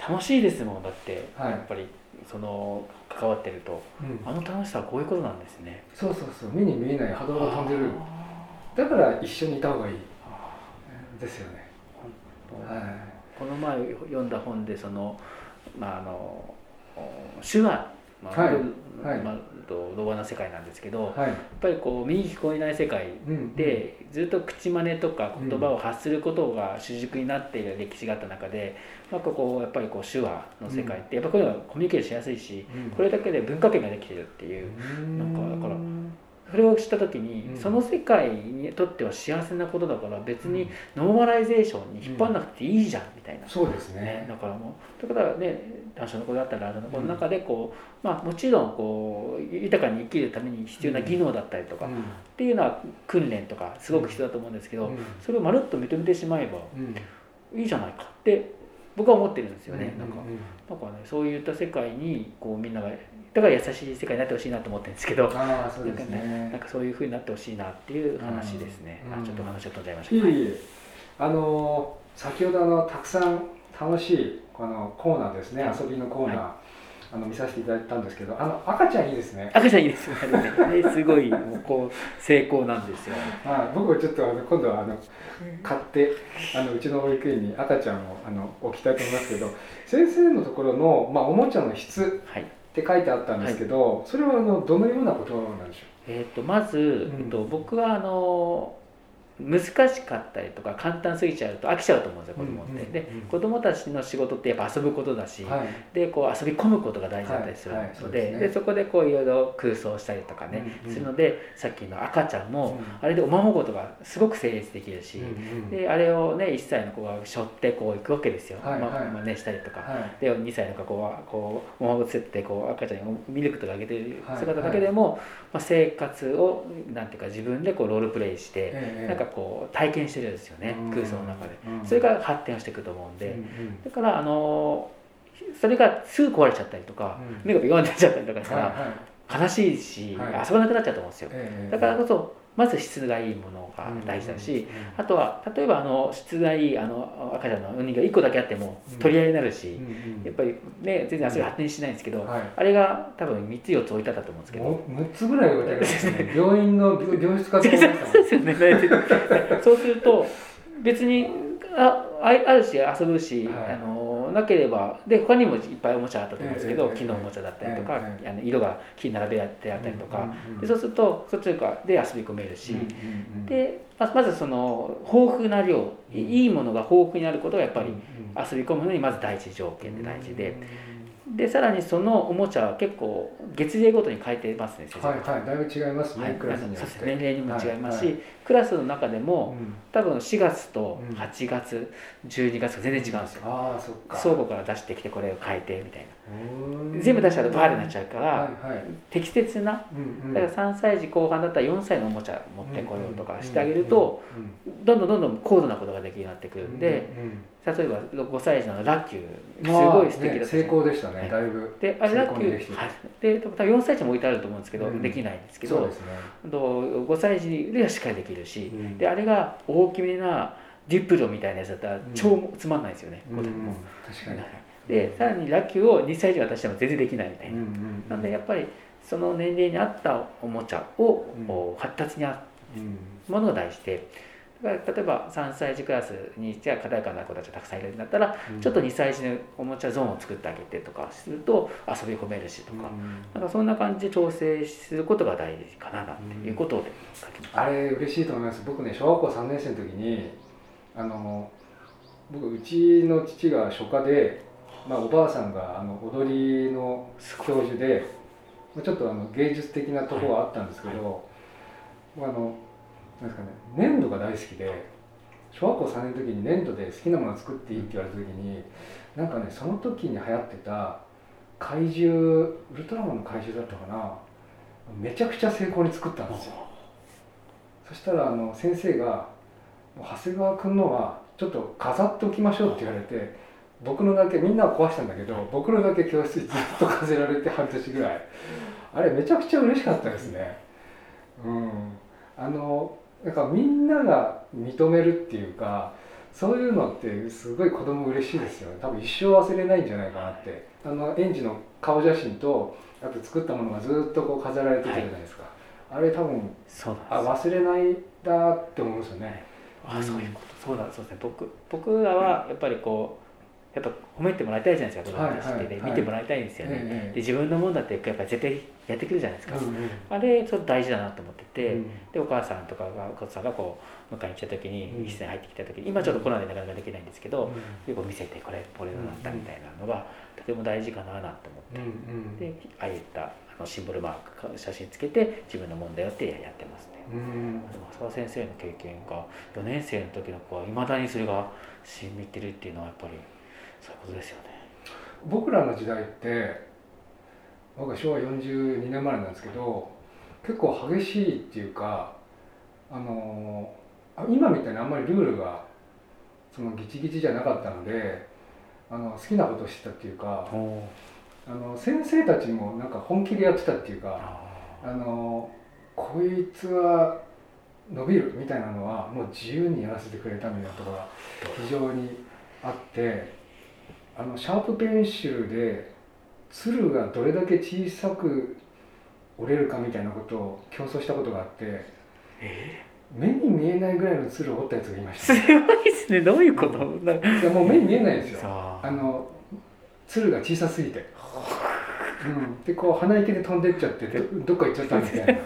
[SPEAKER 3] 楽しいですもんだって
[SPEAKER 2] はい
[SPEAKER 3] やっぱりその関わってると
[SPEAKER 2] うん
[SPEAKER 3] あの楽しさはこういうことなんですね
[SPEAKER 2] そうそうそう目に見えない波動が飛んでる
[SPEAKER 3] あ
[SPEAKER 2] だから一緒にいた方がいい
[SPEAKER 3] ーあ
[SPEAKER 2] ですよね、
[SPEAKER 3] ー
[SPEAKER 2] はい、
[SPEAKER 3] この前読んだ本でその、まあ、あの手話、まあ
[SPEAKER 2] はい
[SPEAKER 3] ど
[SPEAKER 2] はい
[SPEAKER 3] まあ、ど動画の世界なんですけど、やっ
[SPEAKER 2] はい
[SPEAKER 3] ぱりこう耳聞こえない世界
[SPEAKER 2] うん、
[SPEAKER 3] でずっと口真似とか言葉を発することが主軸になっている歴史があった中で、なんかこうやっぱりこう手話の世界ってやっぱこういうのがコミュニケーションしやすいし
[SPEAKER 2] うん、
[SPEAKER 3] これだけで文化圏ができてるっていう
[SPEAKER 2] うん
[SPEAKER 3] なんかだからそれを知った時に、
[SPEAKER 2] うん
[SPEAKER 3] その世界にとっては幸せなことだから別
[SPEAKER 2] うん
[SPEAKER 3] にノーマライゼーションに引っ張らなくていいじゃんみたいな、
[SPEAKER 2] そうです
[SPEAKER 3] ね、
[SPEAKER 2] ね
[SPEAKER 3] だからもうだからね男女の子だったら男女の子の中でこう、まあ、もちろんこう豊かに生きるために必要な技能だったりとか、
[SPEAKER 2] う
[SPEAKER 3] っ
[SPEAKER 2] ん
[SPEAKER 3] ていうのは訓練とかすごく必要だと思うんですけど、
[SPEAKER 2] うん
[SPEAKER 3] それをまるっと認めてしまえば
[SPEAKER 2] うん
[SPEAKER 3] いいじゃないかって僕は思ってるんですよね、
[SPEAKER 2] うん
[SPEAKER 3] なんか
[SPEAKER 2] うんうん
[SPEAKER 3] なんかねそういった世界にこうみんながだから優しい世界になってほしいなと思ってるんですけど。
[SPEAKER 2] ああそうですね
[SPEAKER 3] なんかそういう風になってほしいなっていう話ですね。
[SPEAKER 2] うん
[SPEAKER 3] あちょっと話が飛んじゃいました
[SPEAKER 2] いえ
[SPEAKER 3] け
[SPEAKER 2] い
[SPEAKER 3] ど。
[SPEAKER 2] えあのー先ほどあのたくさん楽しいあのコーナーですね、
[SPEAKER 3] はい
[SPEAKER 2] 遊びのコーナー、あの見させていただいたんですけどあの赤ちゃんいいですね、
[SPEAKER 3] 赤ちゃんいいですよねあれねすごいもうこう成功なんですよ
[SPEAKER 2] はい、僕はちょっとあの今度はあの買ってあのうちの保育園に赤ちゃんをあの置きたいと思いますけど先生のところの、まあ、おもちゃの質
[SPEAKER 3] はい
[SPEAKER 2] って書いてあったんですけど、それはあのどのようなことなんでしょ
[SPEAKER 3] えー、とまず、
[SPEAKER 2] ん
[SPEAKER 3] えっと僕はあの難しかったりとか簡単すぎちゃうと飽きちゃうと思うんですよ子供って、
[SPEAKER 2] うんうんうん
[SPEAKER 3] で子供たちの仕事ってやっぱ遊ぶことだし、
[SPEAKER 2] う、はい
[SPEAKER 3] でこう遊び込むことが大事だったりするので,、
[SPEAKER 2] はいはいそ
[SPEAKER 3] そう
[SPEAKER 2] ですね
[SPEAKER 3] でそこでこういろいろ空想したりとかね、
[SPEAKER 2] うんうん
[SPEAKER 3] するのでさっきの赤ちゃん
[SPEAKER 2] う
[SPEAKER 3] も、
[SPEAKER 2] ん
[SPEAKER 3] あれでおままごとがすごく成立できるし、
[SPEAKER 2] うん
[SPEAKER 3] であれをね1歳の子が背負ってこう行くわけですよ、
[SPEAKER 2] はいはい
[SPEAKER 3] ま真似したりとか、
[SPEAKER 2] はい
[SPEAKER 3] で2歳の子はこうおままごとってこう赤ちゃんにミルクとかあげてる
[SPEAKER 2] はい
[SPEAKER 3] 姿だけでも、まあ、生活をなんていうか自分でこうロールプレイして、
[SPEAKER 2] ええ
[SPEAKER 3] なんかこう体験してるんですよね、
[SPEAKER 2] うん
[SPEAKER 3] 空想の中で、
[SPEAKER 2] うん
[SPEAKER 3] それから発展をしていくと思うんで、
[SPEAKER 2] うんうん
[SPEAKER 3] だからあのそれがすぐ壊れちゃったりとか、
[SPEAKER 2] うん
[SPEAKER 3] 目がビヨンってなっちゃったりとかした
[SPEAKER 2] はい
[SPEAKER 3] ら
[SPEAKER 2] はい
[SPEAKER 3] 悲しいし、
[SPEAKER 2] はい
[SPEAKER 3] 遊ばなくなっちゃうと思うんですよ、
[SPEAKER 2] ええ
[SPEAKER 3] だからこそまず質がいいものが大事だし、あとは例えばあの質がいいあの赤ちゃんのウニが1個だけあっても
[SPEAKER 2] うん
[SPEAKER 3] 取り合いになるし、
[SPEAKER 2] うんうん
[SPEAKER 3] やっぱりね全然遊び発展しないんですけど、
[SPEAKER 2] はい
[SPEAKER 3] あれが多分3つ4つ置いてあったと思うんですけど。
[SPEAKER 2] もう6つぐらい置いてあります ね病院の病病室かと
[SPEAKER 3] そう
[SPEAKER 2] 思いましたもん
[SPEAKER 3] ですよね そうすると別にあああるし遊ぶし、
[SPEAKER 2] はい
[SPEAKER 3] あのなければで他にもいっぱいおもちゃあったと思うんですけど、
[SPEAKER 2] ええ
[SPEAKER 3] 木のおもちゃだったりとか、
[SPEAKER 2] え
[SPEAKER 3] あの色が木に並べてあったりとか、
[SPEAKER 2] うんうん
[SPEAKER 3] でそうするとそっちとかで遊び込めるし、
[SPEAKER 2] うんうんうん
[SPEAKER 3] でままずその豊富な量いいいものが豊富になることがやっぱり
[SPEAKER 2] うんうん
[SPEAKER 3] 遊び込むのにまず第一条件で大事で、でさらにそのおもちゃは結構月齢ごとに変えてますね先
[SPEAKER 2] うん
[SPEAKER 3] 生
[SPEAKER 2] はいはいだいぶ違いますね、
[SPEAKER 3] はい
[SPEAKER 2] クラスによっ
[SPEAKER 3] そうです
[SPEAKER 2] て
[SPEAKER 3] ね年齢にも違いますし、
[SPEAKER 2] はい
[SPEAKER 3] クラスの中でも
[SPEAKER 2] うん
[SPEAKER 3] 多分4月と
[SPEAKER 2] うん
[SPEAKER 3] 8月、12月が全然違うんですよ
[SPEAKER 2] ああそっか
[SPEAKER 3] 倉庫から出してきてこれを変えてみたいう
[SPEAKER 2] ー
[SPEAKER 3] なん全部出したらバーになっちゃうから、
[SPEAKER 2] はいはい
[SPEAKER 3] 適切な
[SPEAKER 2] うんうん
[SPEAKER 3] だから3歳児後半だったら4歳のおもちゃ持ってこようとかしてあげると、
[SPEAKER 2] うんうん
[SPEAKER 3] どんどんどんどん高度なことができるようになってく
[SPEAKER 2] う
[SPEAKER 3] る
[SPEAKER 2] ん
[SPEAKER 3] んで、
[SPEAKER 2] うん
[SPEAKER 3] 例えば5歳児のラッキューす
[SPEAKER 2] わあ
[SPEAKER 3] ごい素敵だ
[SPEAKER 2] ね
[SPEAKER 3] った
[SPEAKER 2] 成
[SPEAKER 3] ね
[SPEAKER 2] 功でしたね、
[SPEAKER 3] はい
[SPEAKER 2] だいぶ
[SPEAKER 3] であれ
[SPEAKER 2] 成
[SPEAKER 3] ラッ
[SPEAKER 2] 功
[SPEAKER 3] キ
[SPEAKER 2] に
[SPEAKER 3] ュ
[SPEAKER 2] できて
[SPEAKER 3] ー、
[SPEAKER 2] る
[SPEAKER 3] はい、で多分4歳児も置いてあると思うんですけど、
[SPEAKER 2] うん
[SPEAKER 3] できないんですけ
[SPEAKER 2] そう
[SPEAKER 3] ど
[SPEAKER 2] ですね、
[SPEAKER 3] あと5歳児ではしっかりできるし、
[SPEAKER 2] うん
[SPEAKER 3] であれが大きめなデュプロみたいなやつだったら
[SPEAKER 2] ん
[SPEAKER 3] 超つまんないですよね、
[SPEAKER 2] うん
[SPEAKER 3] 子
[SPEAKER 2] う
[SPEAKER 3] 供
[SPEAKER 2] ん
[SPEAKER 3] も
[SPEAKER 2] 確かに、
[SPEAKER 3] でさらにラッキューを2歳児渡しても全然できないみたいな、
[SPEAKER 2] うんうん
[SPEAKER 3] なんでやっぱりその年齢に合ったおもちゃを、
[SPEAKER 2] うん
[SPEAKER 3] こう発達に合っ
[SPEAKER 2] うん
[SPEAKER 3] ものが大事でだから例えば3歳児クラスにじゃあ課題感のある子たちがたくさんいるんだったら、
[SPEAKER 2] うん
[SPEAKER 3] ちょっと2歳児のおもちゃゾーンを作ってあげてとかすると遊び込めるしとか、
[SPEAKER 2] うん
[SPEAKER 3] なんかそんな感じで調整することが大事かななんていうことで書きました。
[SPEAKER 2] あれ嬉しいと思います僕ね小学校3年生の時にあの僕うちの父が初夏で、まあ、おばあさんがあの踊りの教授でまあちょっとあの芸術的なところはあったんですけど、僕あのなんですかね粘土が大好きで小学校3年の時に粘土で好きなものを作っていいって言われた時になんかねその時に流行ってた怪獣ウルトラマンの怪獣だったかなめちゃくちゃ成功に作ったんですよそしたらあの先生が「もう長谷川君のはちょっと飾っておきましょう」って言われて僕のだけみんなは壊したんだけど僕のだけ教室にずっと飾られて半年ぐらいあれめちゃくちゃ嬉しかったですねうんあのなんかみんなが認めるっていうかそういうのってすごい子供嬉しいですよね多分一生忘れないんじゃないかなってあの園児の顔写真とあと作ったものがずっとこう飾られてたじゃないですか、あれ多分
[SPEAKER 3] そうなんです
[SPEAKER 2] あ忘れないだって思うんですよね。
[SPEAKER 3] あそういうことそうだそうですね僕僕らはやっぱりこうやっぱ褒めてもらいたいじゃないですか子供たちってね、
[SPEAKER 2] はいはいはい
[SPEAKER 3] 見てもらいたいんですよね、
[SPEAKER 2] え
[SPEAKER 3] で
[SPEAKER 2] え
[SPEAKER 3] 自分のもんだってやっぱり絶対やってくるじゃないです
[SPEAKER 2] ええ
[SPEAKER 3] か、
[SPEAKER 2] うんうん
[SPEAKER 3] あれちょっと大事だなと思ってて、
[SPEAKER 2] うん
[SPEAKER 3] でお母さんとかがお子さんがこう迎えに来た時
[SPEAKER 2] うん
[SPEAKER 3] に一線入ってきた時に今ちょっとコロナでなかなかできないんですけど、
[SPEAKER 2] う
[SPEAKER 3] 結構見せてこれこれだったみたいなのがとても大事かななんて思
[SPEAKER 2] ん
[SPEAKER 3] っ
[SPEAKER 2] うん
[SPEAKER 3] て、でああいったあのシンボルマーク写真つけて自分のもんだよってやってますね。
[SPEAKER 2] うん
[SPEAKER 3] でも浅田先生の経験が4年生の時の子はいまだにそれが染みてるっていうのはやっぱりそういうことですよね。
[SPEAKER 2] 僕らの時代って僕は昭和42年生まれなんですけど結構激しいっていうかあのあ今みたいにあんまりルールがそのギチギチじゃなかったのであの好きなことをしてたっていうか
[SPEAKER 3] お
[SPEAKER 2] あの先生たちもなんか本気でやってたっていうか。あのこいつは伸びるみたいなのはもう自由にやらせてくれたみたいなところが非常にあってあのシャープペンシルで鶴がどれだけ小さく折れるかみたいなことを競争したことがあって目に見えないぐらいの鶴を折ったやつがいまし
[SPEAKER 3] す
[SPEAKER 2] た
[SPEAKER 3] ごいですねどういうことなんか
[SPEAKER 2] いやもう目に見えないんですよ
[SPEAKER 3] さ
[SPEAKER 2] あの鶴が小さすぎて、うん、でこう鼻息で飛んでっちゃってどどっか行っちゃったみた いなう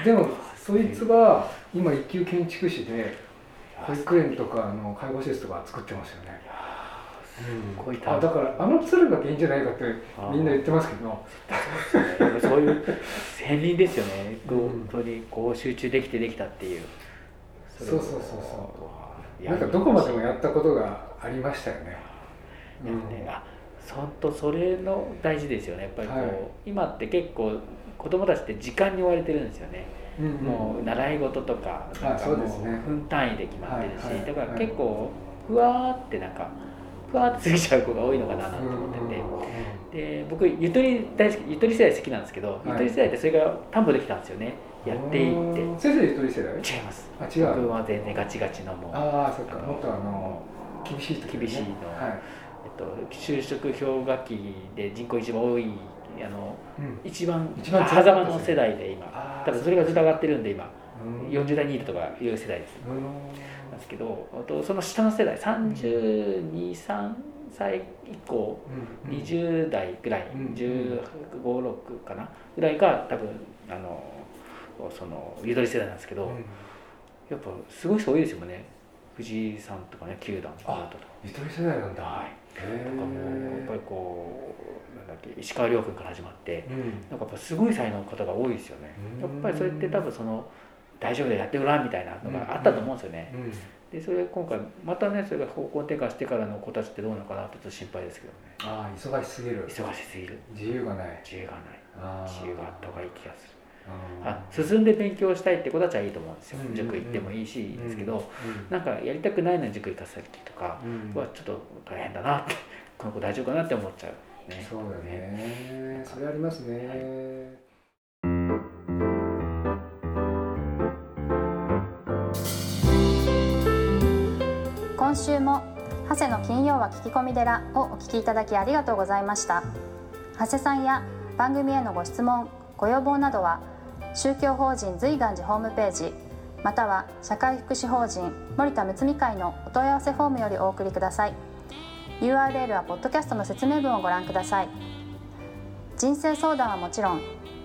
[SPEAKER 2] んでもそいつは今一級建築士で保育園とかあの介護施設とか作ってますよね
[SPEAKER 3] すごい
[SPEAKER 2] あだからあの鶴が原因じゃないかってみんな言ってますけど
[SPEAKER 3] ねそういう片鱗ですよね、こう
[SPEAKER 2] うん
[SPEAKER 3] 本当にこう集中できてできたっていう
[SPEAKER 2] そうそうそうそう
[SPEAKER 3] そう
[SPEAKER 2] なんかどこまでもやったことがありましたよね。
[SPEAKER 3] でもね、あそんとそれの大事ですよねやっぱりこう、
[SPEAKER 2] はい
[SPEAKER 3] 今って結構子供たちって時間に追われてるんですよね、
[SPEAKER 2] うん
[SPEAKER 3] もう習い事とか
[SPEAKER 2] い
[SPEAKER 3] なんかも
[SPEAKER 2] そうですね
[SPEAKER 3] 分単位で決まってるし、
[SPEAKER 2] はいはい
[SPEAKER 3] だから
[SPEAKER 2] はい
[SPEAKER 3] 結構ふわーってなんかふわーって過ぎちゃう子が多いのかなと思ってて、で僕ゆとり大好きゆとり世代好きなんですけど、
[SPEAKER 2] い
[SPEAKER 3] ゆとり世代ってそれが担保できたんですよねやっていって
[SPEAKER 2] うん先生ゆとり世代
[SPEAKER 3] 違います
[SPEAKER 2] あ違
[SPEAKER 3] 僕
[SPEAKER 2] う
[SPEAKER 3] は全然ガチガチのもう
[SPEAKER 2] ああそっか
[SPEAKER 3] あの
[SPEAKER 2] もっとあの厳しい時ね
[SPEAKER 3] 厳しいの
[SPEAKER 2] はい
[SPEAKER 3] えっと、就職氷河期で人口一番多いあの
[SPEAKER 2] うん
[SPEAKER 3] 一番
[SPEAKER 2] 一番辛かった
[SPEAKER 3] 狭間の世代で今
[SPEAKER 2] あ
[SPEAKER 3] 多分それがずっと上がってるんで今
[SPEAKER 2] うん
[SPEAKER 3] 40代にいるとかいう世代です
[SPEAKER 2] うん
[SPEAKER 3] なんですけどあとその下の世代323歳以降
[SPEAKER 2] うん
[SPEAKER 3] 20代ぐらい
[SPEAKER 2] うん
[SPEAKER 3] 1516かなぐらいが多分あのそのゆとり世代なんですけど
[SPEAKER 2] うん
[SPEAKER 3] やっぱすごい人多いですよね藤井さんとかね九段とか
[SPEAKER 2] ゆとり世代なんだ
[SPEAKER 3] はい
[SPEAKER 2] へ
[SPEAKER 3] とかもやっぱり
[SPEAKER 2] え
[SPEAKER 3] こうなんだっけ石川遼君から始まって
[SPEAKER 2] うん
[SPEAKER 3] なんかやっぱすごい才能の方が多いですよね
[SPEAKER 2] うん
[SPEAKER 3] やっぱりそれって多分その大丈夫でやってごらんみたいなのがあったと思うんですよね
[SPEAKER 2] うん
[SPEAKER 3] でそれ今回またねそれが方向転換してからの子たちってどうなのかなってちょっと心配ですけどね
[SPEAKER 2] ああ忙しすぎる
[SPEAKER 3] 忙しすぎる
[SPEAKER 2] 自由がない
[SPEAKER 3] 自由がない
[SPEAKER 2] あー
[SPEAKER 3] 自由があった方がいい気がする
[SPEAKER 2] うん
[SPEAKER 3] あ進んで勉強したいって子たちはいいと思うんですよ
[SPEAKER 2] うん
[SPEAKER 3] 塾行ってもいいしいいんですけど
[SPEAKER 2] うん
[SPEAKER 3] なんかやりたくないのに塾行かせたりとか
[SPEAKER 2] うん
[SPEAKER 3] はちょっと大変だなってこの子大丈夫かなって思っちゃうね
[SPEAKER 2] そうだね。それありますね。
[SPEAKER 3] はい
[SPEAKER 1] 今週も長谷の金曜は聞き込み寺をお聞きいただきありがとうございました長谷さんや番組へのご質問ご要望などは宗教法人随願寺ホームページまたは社会福祉法人森田睦美会のお問い合わせフォームよりお送りください URL はポッドキャストの説明文をご覧ください人生相談はもちろん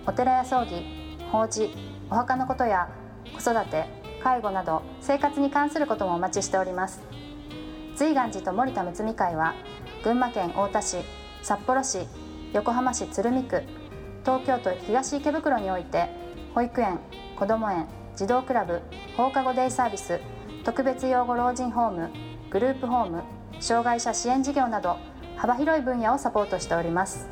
[SPEAKER 1] お寺や葬儀法事お墓のことや子育て介護など生活に関することもお待ちしております瑞岩寺と森田睦美会は群馬県太田市札幌市横浜市鶴見区東京都東池袋において保育園こども園児童クラブ放課後デイサービス特別養護老人ホームグループホーム障害者支援事業など幅広い分野をサポートしております